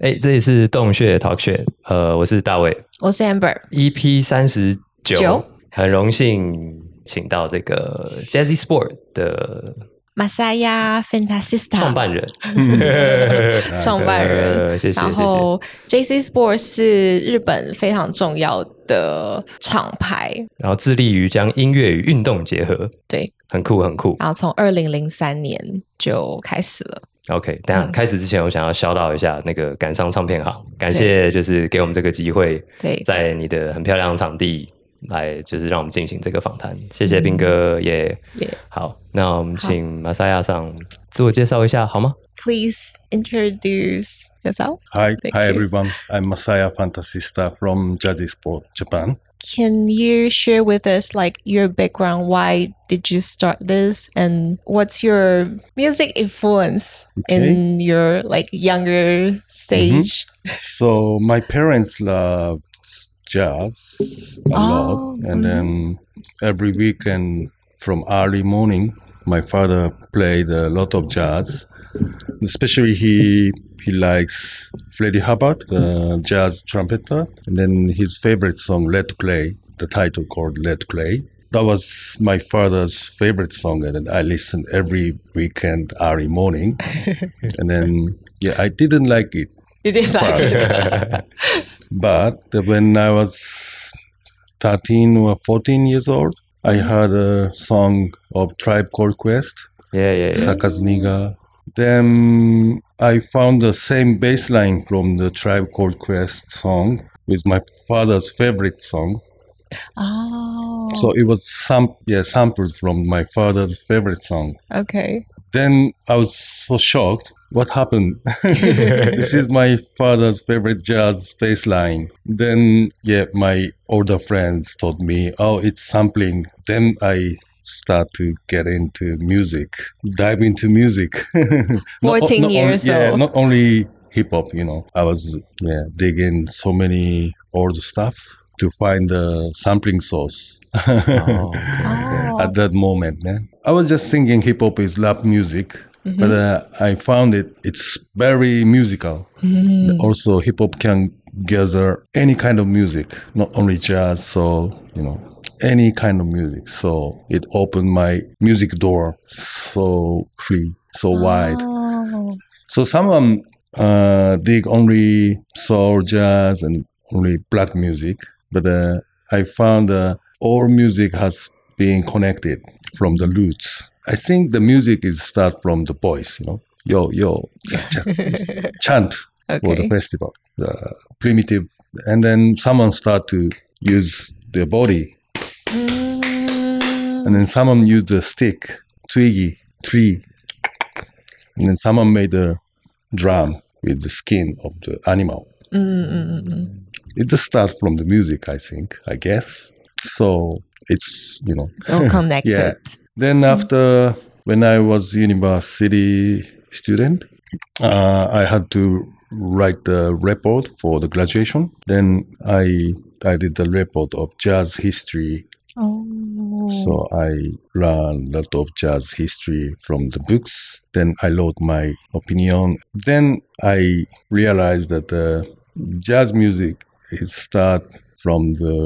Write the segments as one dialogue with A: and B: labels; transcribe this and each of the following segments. A: 哎，这里是洞穴 Talk 穴，呃，我是大卫
B: 我是 Amber，
A: ，EP 三十九
B: 九，
A: 很荣幸请到这个 Jazzy Sport 的
B: 马赛亚 Fantasista
A: 创办人，
B: 啊 创办 人，
A: 呃谢谢
B: 然后 JC Sport 是日本非常重要的厂牌，
A: 然后致力于将音乐与运动结合，
B: 对，
A: 很酷很酷。
B: 然后从二零零三年就开始了，
A: OK，等一下、
B: 嗯
A: 开始之前，我想要shout out 一下那个感伤唱片行，感谢就是给我们这个机会，
B: 对，
A: 在你的很漂亮的场地来，就是让我们进行这个访谈。谢谢斌哥，也、
B: 也
A: 好。那我们请马赛亚上自我介绍一下好 吗？
B: Please introduce yourself.
C: Hi,
B: Thank
C: hi
B: you.
C: everyone. I'm Masaya Fantasista from Jazzy Sport Japan.
B: Can you share with us like your background? Why did you start this, and what's your music influence in your like younger stage?
A: Mm-hmm.
C: So my parents love jazz a lot,
B: Oh,
C: and then every weekend from early morning, my father played a lot of jazz. Especially he he likes Freddie Hubbard, the jazz trumpeter, and then his favorite song "Let Play," the title called "Let Play." That was my father's favorite song, and then I listened every weekend early morning. and then yeah, I didn't like it
B: You did like it.
C: but the- when I was 13 or 14 years old, I heard a song of Tribe Called Quest,
A: 耶耶
C: Sakas Niga. Then I found the same bass line from the Tribe Called Quest song with my father's favorite song.
B: Oh,
C: So it was sam- yeah, sampled from my father's favorite song.
B: okay.
C: Then I was so shocked. What happened? this is my father's favorite jazz bass line. Then, yeah, my older friends told me, oh, it's sampling. Then I start to get into music, dive into music.
B: 14
C: Not- not on-
B: years
C: yeah,
B: old.
C: Not only hip hop, you know, I was yeah, digging so many old stuff to find the sampling source.
A: 哦
B: Oh,
C: at that moment, man. I was just thinking hip hop is rap music,
B: Mm-hmm.
C: but uh, I found it it's very musical.
B: Mm-hmm.
C: Also, hip hop can gather any kind of music, not only jazz. So you know, any kind of music. So it opened my music door so free, so wide.
B: oh.
C: So someone uh, dig only soul, jazz, and only black music, but uh, I found uh, all music has been connected from the roots. I think the music is start from the voice, you know, yo yo, cha, cha, chant for the
B: Okay.
C: festival, the primitive, and then someone start to use their body,
B: Mm,
C: and then someone used the stick, twiggy, tree, and then someone made a drum with the skin of the animal.
B: mm, mm, mm.
C: It just starts from the music, I think, I guess. So it's you know,
B: It's all connected.
C: yeah. Then after when I was university student, uh, I had to write the report for the graduation. Then I I did the report of jazz history
B: Oh.
C: So I learned a lot of jazz history from the books. Then I wrote my opinion. Then I realized that uh, jazz music it start from the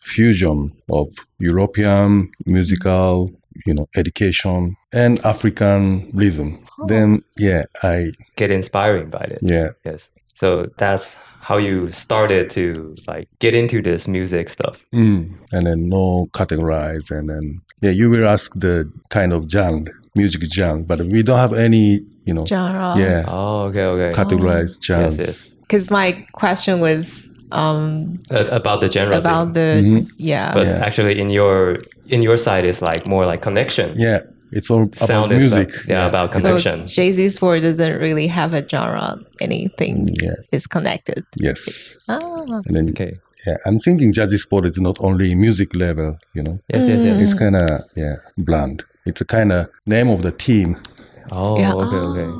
C: fusion of European musical, you know, education and African rhythm. Then yeah, I
A: ，get inspiring by it.
C: yeah
A: Yes, so that's how you started to like get into this music stuff.
C: Mm. And then no categorize. And then, yeah, you will ask the kind of genre, music genre, but we don't have any, you know,
B: Genre.
C: yeah,
A: Oh, okay, okay.
C: categorized genres.
A: Yes, Uh, yes.
B: Because my question was um,
A: Uh, about the genre.
B: about
A: thing.
B: the
C: Mhm.
B: yeah.
A: But
C: Yeah.
A: actually, in your in your side is like more like connection.
C: Yeah, it's all about
A: Sound is
C: music.
A: like- yeah, about
B: so
A: connection.
B: Jay Z's four doesn't really have a genre. Anything
C: Mm, Yeah.
B: is connected.
C: Yes.
A: Oh,
B: Ah,
C: And then,
A: okay.
C: yeah, I'm thinking jazzy sport is not only music level, you know,
A: Yes, yes, yes.
B: Mm.
C: it's kind of, yeah, bland. It's a kind of name of the team.
A: Oh,
B: yeah.
A: okay,
B: oh.
A: okay.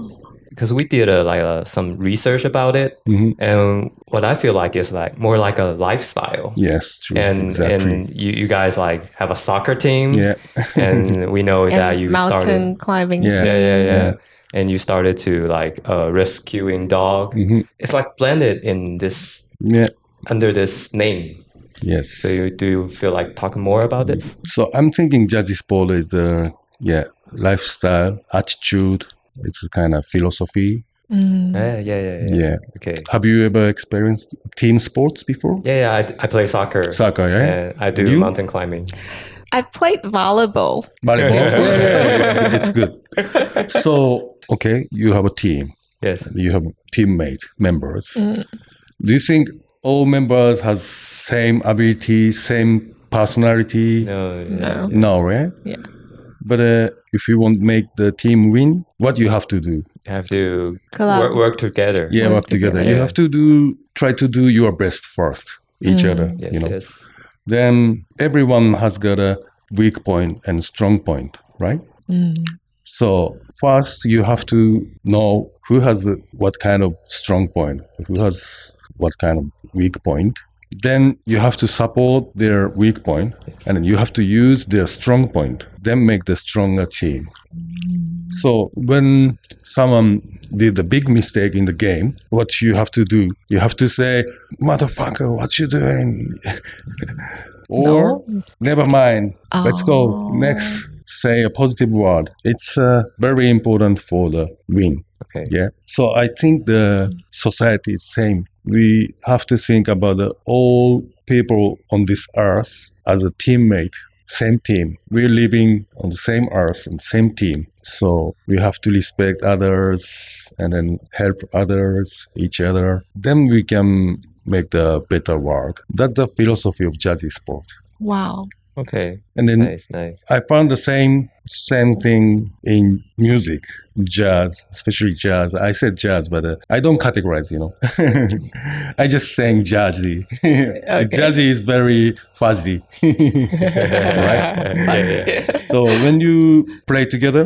A: because we did uh, like uh, some research about it,
C: Mhm.
A: and what I feel like is like more like a lifestyle.
C: Yes, true.
A: And Mm. and
C: exactly.
A: you, you guys like have a soccer team,
C: yeah,
A: and we know that you
B: mountain
A: started,
B: climbing.
C: Yeah.
B: team.
A: yeah, yeah, yeah,
C: Yes.
A: and you started to like uh, rescuing dog.
C: Mhm.
A: It's like blended in this
C: yeah,
A: under this name.
C: yes.
A: So you, do you feel like talking more about this?
C: So I'm thinking Jazzy Sport is the yeah lifestyle, attitude. It's a kind of philosophy.
B: Mm.
A: Yeah, Eh, yeah, yeah, yeah.
C: Yeah.
A: Okay.
C: Have you ever experienced team sports before?
A: Yeah, yeah. I, d- I play soccer.
C: Soccer, yeah.
A: And I do
C: eh? You?
A: mountain climbing.
B: I played volleyball.
C: Volleyball.
A: Yeah.
C: Yeah, yeah, yeah, It's, good, it's good. So okay, you have a team.
A: Yes.
C: You have teammate members.
B: Mm.
C: Do you think all members has same ability, same personality?
A: No.
B: No.
C: No, right?
B: Yeah.
C: But uh, if you want make the team win, what you have to do?
A: You have to
B: Collab-
A: work, work together.
C: Yeah,
B: Work
C: work together.
B: together.
C: You have to do try to do your best first, each
B: Mm.
C: other.
A: Yes.
C: you know.
A: Yes.
C: Then everyone has got a weak point and strong point, right?
B: Mm.
C: So first you have to know who has what kind of strong point, who has what kind of weak point. Then you have to support their weak point and then you have to use their strong point, then make the stronger team. So when someone did a big mistake in the game, what you have to do? You have to say, "Motherfucker, what you doing?" or "Never mind, let's go
B: Oh.
C: next." Say a positive word. It's uh, very important for the win.
A: Okay.
C: Yeah. So I think the society is same. We have to think about the, all people on this earth as a teammate, same team. We're living on the same earth and same team. So we have to respect others and then help others, each other. Then we can make the better world. That's the philosophy of jazzy sport.
B: Oh, Wow.
A: Okay.
C: And then
A: Nice. Nice.
C: I found the same same thing in music, jazz, especially jazz. I said jazz, but uh, I don't categorize. You know, I just sang jazzy. Jazzy is very fuzzy, right?
A: yeah, yeah.
C: So when you play together,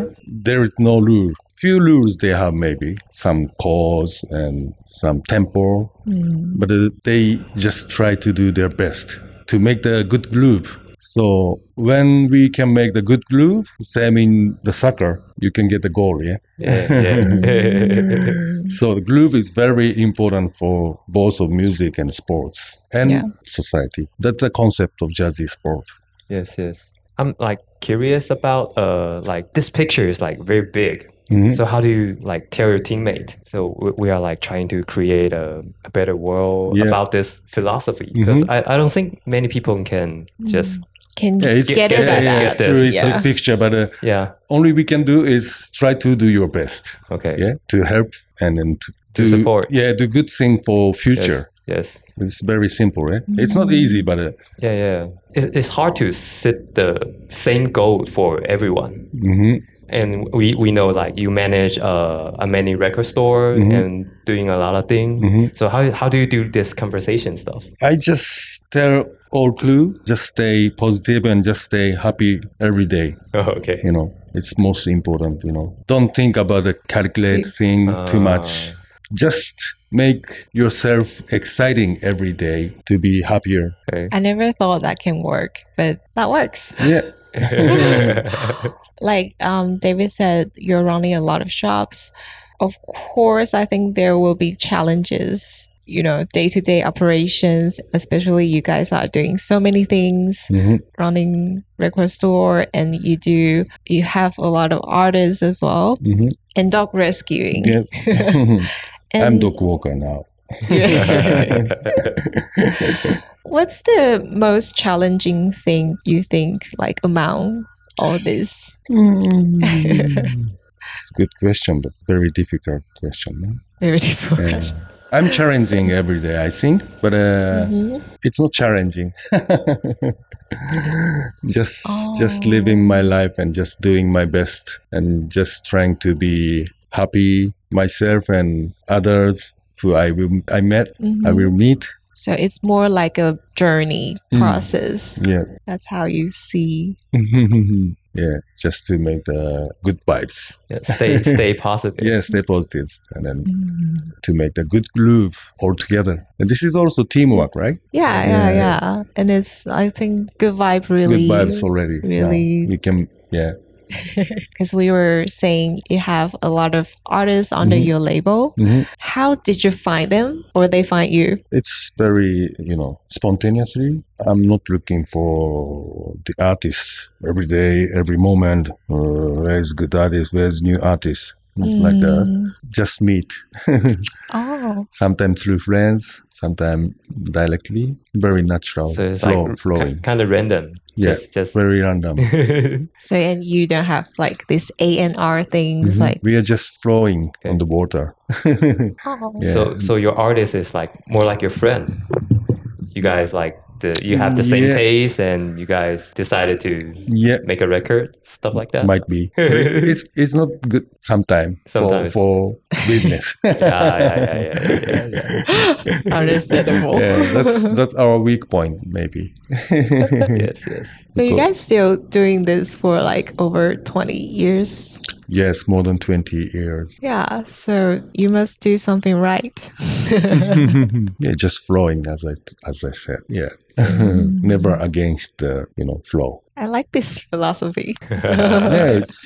C: there is no rule. Few rules they have maybe some chords and some tempo,
B: Mm.
C: but uh, they just try to do their best to make the good group. So when we can make the good group, same in the soccer, you can get the goal, yeah.
A: Mm-hmm. Yeah. Yeah.
C: So the group is very important for both of music and sports and
B: Yeah.
C: society. That's the concept of jazzy sport.
A: yes. Yes. I'm like curious about uh like this picture is like very big.
C: Mm-hmm. Mm.
A: So how do you like tell your teammate? So we, we are like trying to create a, a better world
C: Yeah. Mm-hmm.
A: about this philosophy because I, I don't think many people can just
B: Can
C: Yeah, it's-
B: get
A: yeah,
B: it
A: yeah,
B: at
A: yeah,
B: that.
A: Yes,
C: It's true, it's
B: yeah.
C: a picture, but uh,
A: yeah
C: only we can do is try to do your best,
A: okay
C: yeah, to help and then to,
A: To
C: do-
A: support.
C: yeah, do good thing for
A: yes, Mm-hmm.
C: future.
A: yes
C: It's very simple, eh? It's not easy, but uh,
A: yeah yeah it's, it's hard to set the same goal for everyone
C: mhm.
B: Mm-hmm.
A: and we we know like you manage uh, a many record store
C: Mm-hmm.
A: and doing a lot of things so how, how do you do this conversation stuff
C: I just tell all clue, just stay positive and just stay happy every day.
A: oh, okay
C: You know, it's most important. You know, don't think about the calculate thing too
B: Ah.
C: much. Just make yourself exciting every day to be happier.
A: okay
B: I never thought that can work, but that works.
C: Yeah,
B: Like um, David said, you're running a lot of shops. Of course, I think there will be challenges, you know, day to day operations, especially you guys are doing so many things,
C: Mhm.
B: running record store, and you do, you have a lot of artists as well,
C: Mhm.
B: and dog rescuing.
C: yes. I'm
B: And-
C: dog walker now.
B: What's the most challenging thing you think, like among all this?
C: It's a good question, but very difficult question. no?
B: Very difficult
C: Yeah.
B: question. Mm-hmm.
C: I'm challenging every day, I think, but uh, it's not challenging. just just
B: Oh.
C: living my life and just doing my best and just trying to be happy myself and others who I will I met I will
B: Mm.
C: meet.
B: mm-hmm. So it's more like a journey
C: Mm.
B: process.
C: Yeah.
B: That's how you see
C: Yeah, just to make the good vibes.
A: Yeah, stay stay positive.
C: Yeah, stay positive, and then to make the good group all together. And this is also teamwork, right?
B: Yeah, yeah,
C: Yes.
B: yeah. And it's I think good vibe really
C: good vibes already.
B: really-
C: yeah. we can. Yeah,
B: because we were saying you have a lot of artists under
C: Mhm.
B: your label.
C: Mhm.
B: How did you find them or they find you?
C: it's very you know spontaneously. I'm not looking for the artists every day, every moment. Uh, where's good artist? Where's new artist? Not Like that.
B: Mm.
C: Just meet.
B: Oh.
C: sometimes through friends, sometimes directly. Very natural,
A: So it's
C: flow,
A: like
C: flowing.
A: kind of random.
C: Yeah.
A: Just just
C: Very random.
B: So and you don't have like this A and R things
C: Mhm.
B: like
C: we are just flowing
A: Okay.
C: on the water.
B: oh
C: Yeah.
A: So so your artist is like more like your friend. You guys like the you have the same
C: Yeah.
A: taste and you guys decided to
C: yeah,
A: make a record, stuff like that.
C: might be. But it- it's it's not good sometime for,
A: Sometimes.
C: for business.
A: yeah, yeah, yeah, yeah, yeah, yeah.
B: understandable.
C: yeah, that's that's our weak point, maybe.
A: yes, yes.
B: But you guys still doing this for like over 20 years.
C: yes, more than twenty years.
B: Yeah, so you must do something right.
C: yeah, just flowing as I as I said. Yeah, never against the you know flow.
B: I like this philosophy.
C: yeah, it's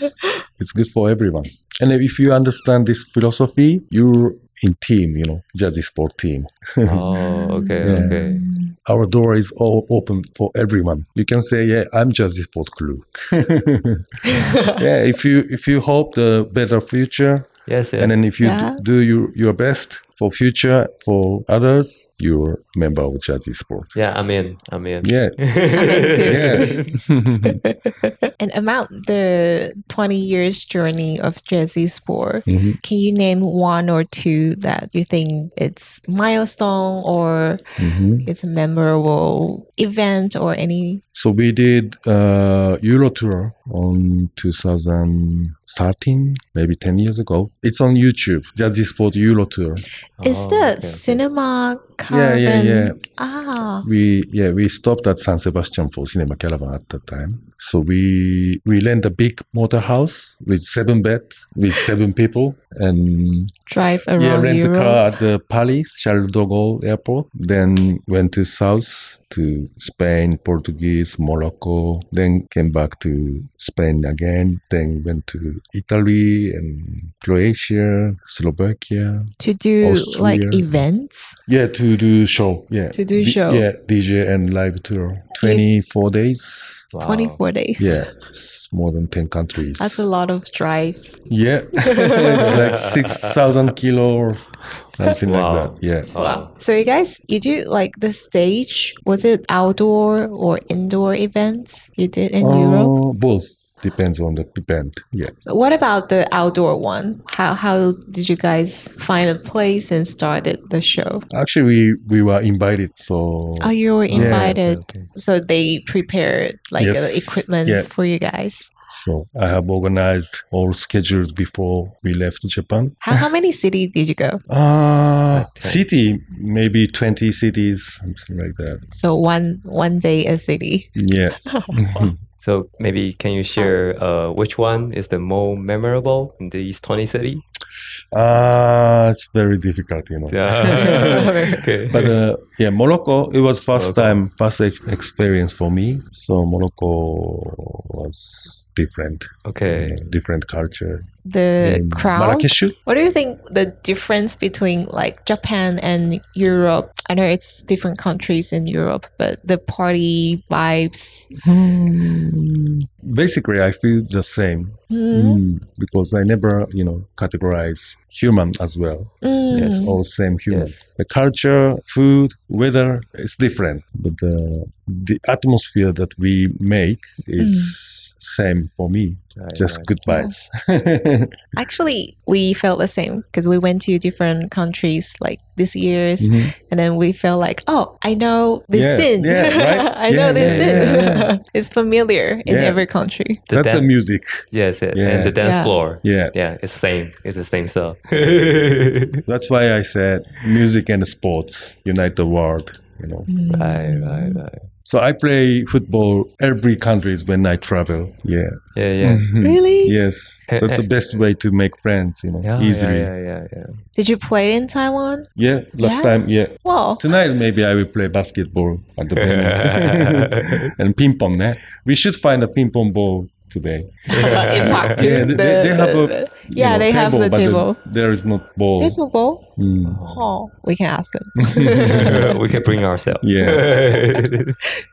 C: it's good for everyone. And if you understand this philosophy, you're in team, you know, judges sport team.
A: Oh, okay,
C: Yeah.
A: okay.
C: Our door is all open for everyone. You can say, yeah, I'm judges sport crew. yeah, if you if you hope the better future,
A: Yes, yes.
C: and then if you
B: Yeah.
C: do, do your, your best for future for others, you're member of judges sport.
A: yeah, I'm in. I'm in.
C: Yeah, yeah, Mm-hmm.
B: And about the 20 years journey of Jersey Sport,
C: Mhm.
B: can you name one or two that you think it's milestone or
C: Mhm.
B: it's a memorable event or any?
C: So we did uh, Euro tour on 2013, maybe 10 years ago. It's on YouTube, Jazzy Sport Euro tour.
B: Is
A: Oh,
B: the
A: okay, okay.
B: cinema
C: Yeah,
B: caravan?
C: yeah, yeah.
B: Ah,
C: We yeah we stopped at San Sebastian for Cinema Caravan at that time. So we we rent a big motor house with seven beds with seven people and
B: drive around
C: yeah rent a
B: Europe.
C: car at the Paris Charles de Gaulle Airport. Then went to South to Spain, Portuguese, Morocco. Then came back to Spain again. Then went to Italy and Croatia, Slovakia.
B: to do like
C: Austria.
B: events.
C: Yeah, to do show. Yeah,
B: To do show.
C: Yeah, DJ and live tour. Twenty four days.
A: Wow.
B: 24 days.
C: Yeah, it's more than ten countries.
B: That's a lot of drives.
C: yeah, it's like six thousand kilos, something
A: Wow.
C: like that. Yeah.
A: Wow.
B: So you guys, you do like the stage? Was it outdoor or indoor events you did in Europe?
C: Uh, both depends on the event. Yeah.
B: So what about the outdoor one? How how did you guys find a place and started the show?
C: Actually, we we were invited, so
B: Oh, you were
C: Yeah,
B: invited. So they prepared like
C: Yes.
B: the equipment
C: Yeah.
B: for you guys.
C: so I have organized all schedules before we left Japan.
B: How, how many city did you go?
C: Uh
A: Okay.
C: city maybe twenty cities, something like that.
B: So one one day a city.
C: Yeah.
A: So maybe can you share uh, which one is the more memorable in these 20 city?
C: Ah, it's very difficult, you know.
A: Yeah. okay.
C: But uh, yeah, Morocco. It was first
A: Morocco.
C: time, first ex- experience for me. So Morocco was different,
A: okay.
C: different culture.
A: Uh,
B: The
C: Mm.
B: crowd.
C: Marrakesh.
B: What do you think the difference between like Japan and Europe? I know it's different countries in Europe, but the party vibes.
C: Basically, I feel the same
A: Hmm?
B: Mm,
C: Mm, because I never, you know, categorize human as well.
B: mm.
C: It's all same human.
A: Hmm. Yes.
C: The culture, food, weather is different, but the the atmosphere that we make is
A: Hmm.
C: same for me.
A: Right,
C: Just
A: right.
C: good
B: Yeah.
C: vibes. Mm-hmm.
B: Actually, we felt the same because we went to different countries like this year's,
C: Mhm.
B: and then we felt like, oh, I know this
C: Yeah,
B: scene.
C: yeah, right?
B: I
C: Yeah,
B: know this
C: yeah,
B: scene.
C: yeah, yeah.
B: it's familiar in
C: Yeah.
B: every country.
A: The
C: That's the
A: dan-
C: music.
A: yes, yes.
C: Yeah.
A: And the dance
B: Yeah.
A: floor.
C: Yeah.
A: Yeah, it's same. It's the same stuff.
C: That's why I said music and sports unite the world. you know.
A: Hmm. Right, right, right.
C: So I play football every countries when I travel. Yeah. Mm-hmm.
A: Yeah, yeah.
C: Mm. Hmm.
B: Really?
C: Yes. That's the best way to make friends, you know,
A: Eh, Yeah,
C: easily.
A: yeah, yeah, yeah, yeah.
B: Did you play in Taiwan?
C: Yeah, last
B: Yeah.
C: time, yeah.
B: Wow.
C: Tonight maybe I will play basketball at the moment and ping pong. Eh? We should find a ping pong ball today.
B: Impact.
C: Yeah, they, they- they have a you
B: yeah,
C: know,
B: they have the
C: but
B: table.
C: there is not ball.
B: There's no ball.
C: Mm.
B: Oh, we can ask them.
A: we can bring ourselves.
C: Yeah.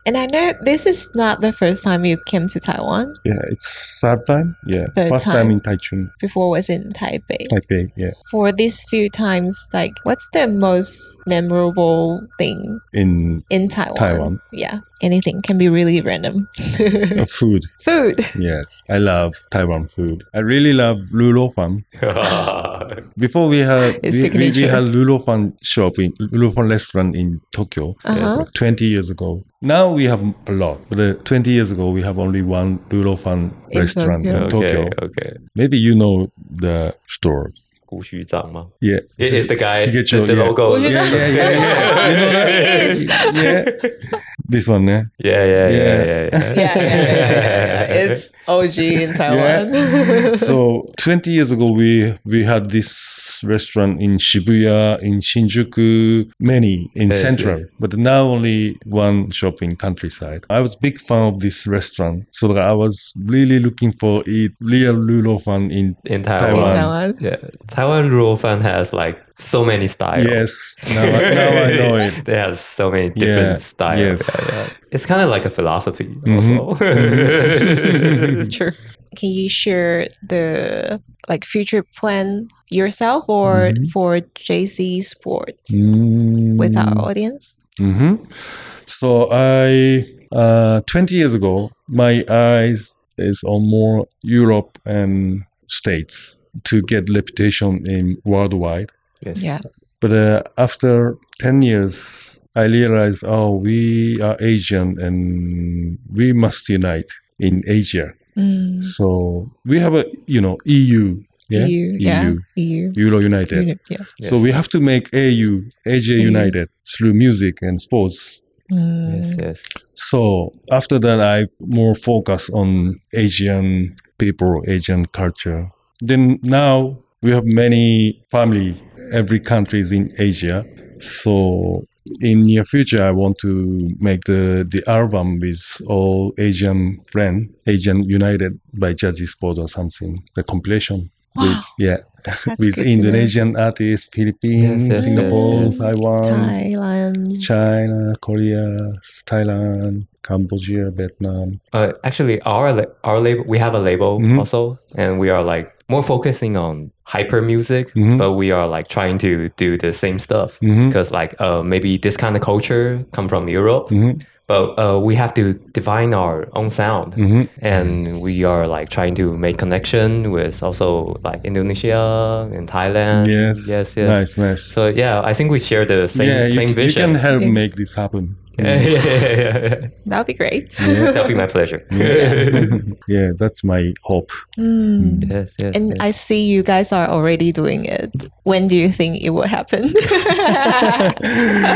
B: and I know this is not the first time you came to Taiwan.
C: Yeah, it's third time. Yeah,
B: Third
C: first time.
B: time.
C: in Taichung,
B: Before was in Taipei.
C: Taipei. Yeah,
B: For these few times, like, what's the most memorable thing
C: in
B: in Taiwan?
C: Taiwan.
B: Yeah, anything can be really random.
C: uh, food.
B: Food.
C: Yes, I love Taiwan food. I really love Lulofan. Before we had
B: It's
C: we, we, we
B: signature.
C: had Lulofan shop in Lulofan restaurant in Tokyo
B: Uh-huh.
C: 20 years ago. Now we have a lot, but uh, 20 years ago we have only one Lulofan
B: In
C: restaurant in Tokyo.
A: okay, okay.
C: Maybe you know the stores.
A: 胡须章吗？
C: Yeah,
A: It is the guy,
C: You get
A: the,
C: your-
A: the
C: yeah.
A: logo.
B: Yeah,
A: Yeah,
C: yeah, yeah, yeah. You know that? yeah. This one, yeah.
A: yeah, yeah, yeah, yeah.
B: yeah, yeah, yeah, yeah, yeah. It's OG in Taiwan.
C: so 20 years ago we we had this restaurant in Shibuya in Shinjuku many in
A: Yes,
C: central
A: yes.
C: but now only one shop in countryside I was big fan of this restaurant so that I was really looking for it real lulo fan in
A: in Taiwan.
B: in
C: Taiwan.
B: Taiwan.
A: Yeah, Taiwan rural fan has like so many styles.
C: yes now, I- now I know it
A: They have so many different
C: Yeah,
A: styles.
C: yes. Mm-hmm.
A: Yeah, yeah. It's kind of like a philosophy, also.
B: Sure. Can you share the like future plan yourself or
C: Mm-hmm.
B: for JC Sports
C: Mm.
B: with our audience?
C: hmm So I uh, 20 years ago, my eyes is on more Europe and states to get reputation in worldwide.
A: yes.
B: Yeah.
C: But uh, after 10 years, I realized, oh, we are Asian and we must unite in Asia.
B: Mm.
C: So we have a, you know, EU, yeah,
B: EU, yeah, EU.
C: Euro United.
B: Europe, yeah.
C: So we have to make AU, Asia
B: EU.
C: United through music and sports.
B: Mm.
A: Yes, yes.
C: So after that, I more focus on Asian people, Asian culture. Then now we have many family, every country is in Asia. So in near future, I want to make the, the album with all Asian friend, Asian United by Jazzy Sport or something, the compilation.
B: Wow.
C: With, yeah,
B: That's
C: with
B: good to know.
C: Indonesian artists,
A: Yes,
C: Philippines,
A: yes,
C: Singapore,
A: yes, yes.
C: Taiwan,
B: Thailand.
C: China, Korea, Thailand, Cambodia, Vietnam.
A: Uh, actually, our la- our label we have a label
C: Mhm.
A: also, and we are like more focusing on hyper music,
C: Mhm.
A: but we are like trying to do the same stuff
C: Mhm.
A: because like uh, maybe this kind of culture come from Europe,
C: Mhm.
A: but uh, we have to define our own sound.
C: Mhm.
A: and we are like trying to make connection with also like Indonesia and Thailand.
C: Yes,
A: yes, yes.
C: Nice, nice.
A: So yeah, I think we share the same
C: yeah, you,
A: same
C: c- you
A: vision.
C: can help make this happen.
A: yeah, yeah, yeah, yeah.
B: That would be great.
A: That'll be my pleasure.
C: yeah, that's my hope.
B: Mm.
A: yes, yes.
B: And
A: yes.
B: I see you guys are already doing it. When do you think it will happen?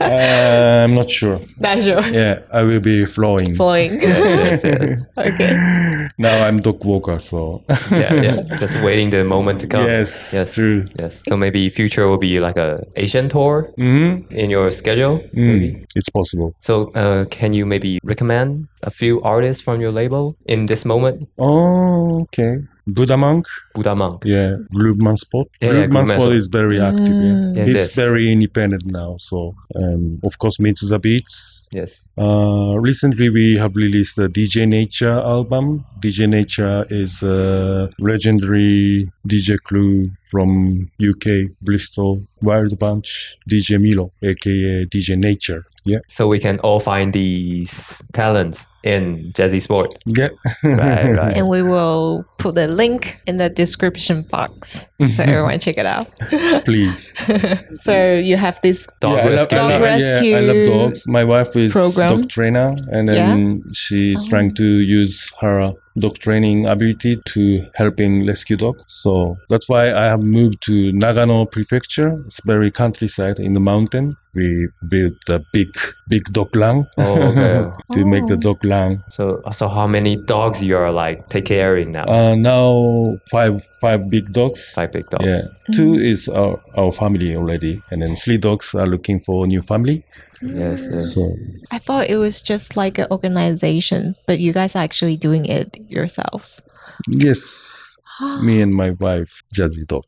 C: Uh, I'm not sure.
B: Not sure.
C: Yeah, I will be flowing.
B: Flowing.
A: yes, yes, yes.
B: okay.
C: now I'm dog walker, so
A: yeah, yeah. Just waiting the moment to come.
C: yes,
A: yes,
C: true.
A: yes. So maybe future will be like a Asian tour
C: Mhm.
A: in your schedule,
C: Mm,
A: maybe.
C: It's possible.
A: So uh, can you maybe recommend a few artists from your label in this moment?
C: Oh, okay. Buddha monk,
A: Buddha Monk.
C: yeah. Blue Man Spot.
A: Yeah,
C: Blue
A: yeah,
C: Man
A: Blue Man
C: Spot
A: Spot.
C: is very active. Yeah.
B: Mm.
A: Yes,
C: He's
A: yes.
C: very independent now. So, um, of course, meets the beats.
A: Yes.
C: Uh, recently, we have released the DJ Nature album. DJ Nature is a legendary DJ crew from UK, Bristol, Wild Bunch, DJ Milo, aka DJ Nature. Yeah,
A: so we can all find these talents in jazzy sport.
C: yeah,
A: Right, right.
B: And we will put the link in the description box so everyone check it out.
C: please.
B: So you have this
A: Dog
C: yeah,
A: rescue.
C: I love,
B: Dog
C: I love, yeah, I
B: rescue
C: love dogs. My wife is
B: program.
C: dog trainer, and then she's trying to use her dog training ability to helping rescue dog. So that's why I have moved to Nagano Prefecture. It's very countryside in the mountain. we built a big big dog lung
A: Oh, okay.
C: to make the
B: Oh.
C: dog lung.
A: so so how many dogs you are like take care in now?
C: Uh, now five five big dogs.
A: Five big dogs.
C: Yeah, two
B: Mm-hmm.
C: is our, our family already, and then three dogs are looking for new family.
A: Yes. yes.
C: So
B: I thought it was just like an organization, but you guys are actually doing it yourselves.
C: yes, me and my wife, Jazzy Dog.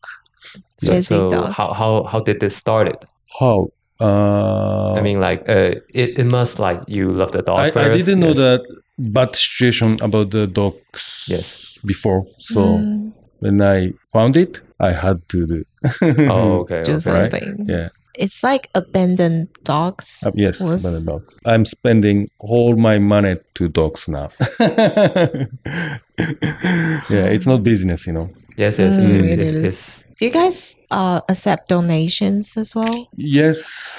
A: So,
B: Jazzy
A: so
B: dog.
A: how how how did this started?
C: How? Uh,
A: I mean, like uh, it it must like you love the dog.
C: I, I
A: first,
C: didn't know
A: yes.
C: that bad situation about the dogs
A: Yes.
C: before. So
B: Mm,
C: when I found it, I had to do.
A: Oh, okay. okay.
B: do
C: right.
B: something.
C: yeah.
B: It's like abandoned dogs.
C: Uh, yes,
B: Was-
C: but dogs. I'm spending all my money to dogs now. yeah, it's not business, you know.
A: Yes. Yes.
B: Mm,
A: it-
B: it
A: it's,
B: is.
A: it's-
B: Do you guys uh, accept donations as well?
C: Yes.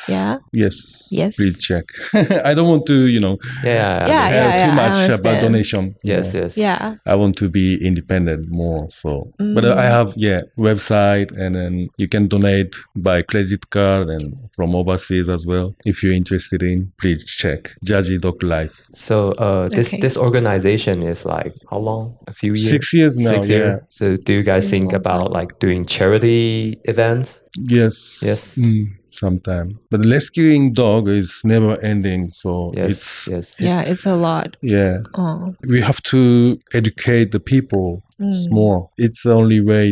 B: Yeah.
C: Yes.
B: Yes.
C: Please check. I don't want to, you know,
A: yeah.
B: Yeah,
A: understand.
C: tell
B: yeah,
C: too
B: I
C: much about
B: understand.
C: donation.
A: Yes.
C: Yeah.
A: Yes.
B: Yeah.
C: I want to be independent more. So, but
B: Mm.
C: I have yeah website, and then you can donate by credit card and from overseas as well. If you're interested in, please check Jaji Dog Life.
A: So uh, this
B: Okay.
A: this organization is like how long? A few years.
C: Six years now.
A: Six
C: yeah.
A: years. So do you guys
B: been a
A: think
B: long
A: about like doing charity events?
C: Yes.
A: Yes.
C: Mm, sometime. But rescuing dog is never ending. So
A: Yes.
C: it's
A: yes.
B: Yeah, it's a lot.
C: yeah.
B: Oh.
C: We have to educate the people
B: mm.
C: more. It's the only way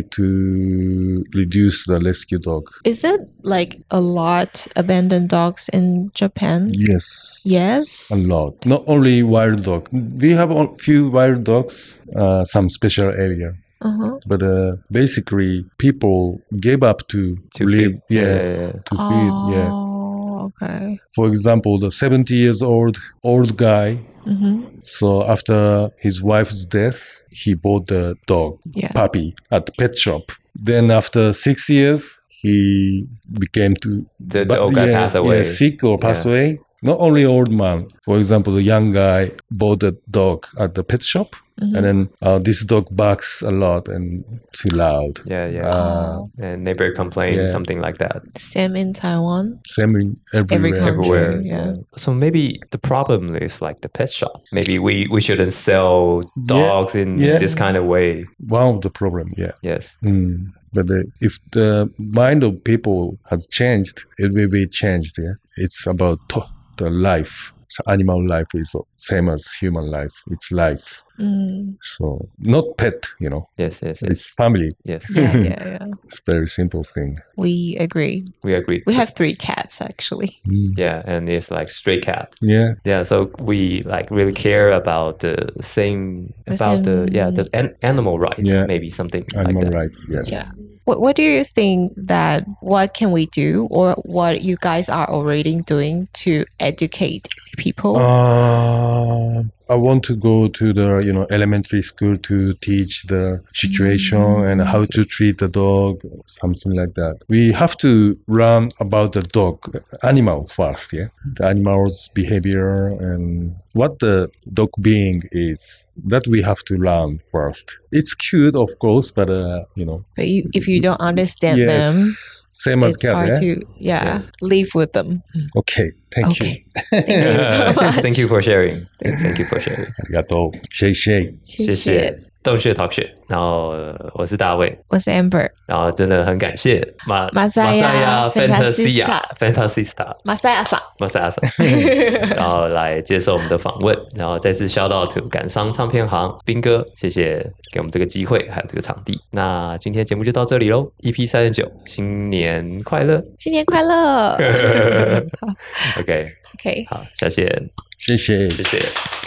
C: to reduce the rescue dog.
B: Is it like a lot abandoned dogs in Japan?
C: Yes.
B: Yes.
C: A lot. Not only wild dog. We have a few wild dogs, uh, some special area.
B: Uh-huh.
C: But uh, basically, people gave up to,
A: To
C: live.
A: feed-
C: Yeah,
A: yeah.
C: To feed. Yeah.
B: Oh, okay.
C: For example, the 70 years old old guy
B: Mm-hmm.
C: So after his wife's death, he bought the dog
B: Yeah.
C: puppy at the pet shop. Then after six years, he became to
A: The, the old guy
C: yeah,
A: passed away.
C: yeah, sick or passed
A: Yeah.
C: away. Not only old man. For example, the young guy bought the dog at the pet shop,
B: Mm-hmm.
A: Mm.
C: and then uh, this dog barks a lot and too loud.
A: Yeah, yeah.
C: Uh,
A: and neighbor complained
C: yeah.
A: something like that.
B: Same in Taiwan.
C: same in everywhere.
B: Every country.
A: Everywhere.
B: Yeah.
A: So maybe the problem is like the pet shop. Maybe we, we shouldn't sell dogs in
C: yeah.
A: this kind of way.
C: One of the problem. Yeah.
A: Yes.
C: Mm. But the, if the mind of people has changed, it will be changed. Yeah? It's about to- the life. So animal life is same as human life. It's life.
B: Mm.
C: So not pet, you know.
A: Yes. Yes. Yes.
C: It's family.
A: Yes.
B: Yeah, yeah, yeah.
C: It's very simple thing.
B: We agree.
A: We agree.
B: We have three cats actually.
C: Mm.
A: Yeah, and it's like stray cat.
C: Yeah.
A: Yeah, so we like really care about the same
B: The
A: about the yeah
B: same-
A: the an, animal rights
C: Yeah.
A: maybe something
C: Animal
A: like that.
C: rights. Yes.
B: Yeah. What What do you think that what can we do or what you guys are already doing to educate people?
C: Uh, I want to go to the you know elementary school to teach the situation
A: Mm-hmm.
C: and how to treat the dog, something like that. We have to learn about the dog animal first, yeah, the animal's behavior and what the dog being is. That we have to learn first. It's cute, of course, but uh, you know,
B: But you, if you don't understand them,
C: yes, same as
B: it's
C: cat.
B: hard
C: yeah?
B: to yeah
A: Yes.
B: live with them.
C: Okay, thank you.
B: Okay. Thank you so much.
A: Thank you for sharing. Thank you for sharing.
C: ありがとう。Shake, shake.
A: 谢谢
B: 谢谢。
A: 洞穴 talk 穴，然后呃我是大卫，
B: 我是 Amber，
A: 然后真的很感谢马
B: 马赛亚
A: 赛亚
B: Fantasista
A: Fantasia Fantasista
B: 马赛亚萨。
A: 马赛亚桑， 然 后来接受我们的访问，然后再次 shout out to 感伤唱片行斌哥，谢谢给我们这个机会还有这个场地。那今天节目就到这里喽，EP 三十九，新年快乐
B: 新年快乐
A: ！OK，
B: OK，
A: 好，下线，
C: Shake, shake.
A: 谢谢。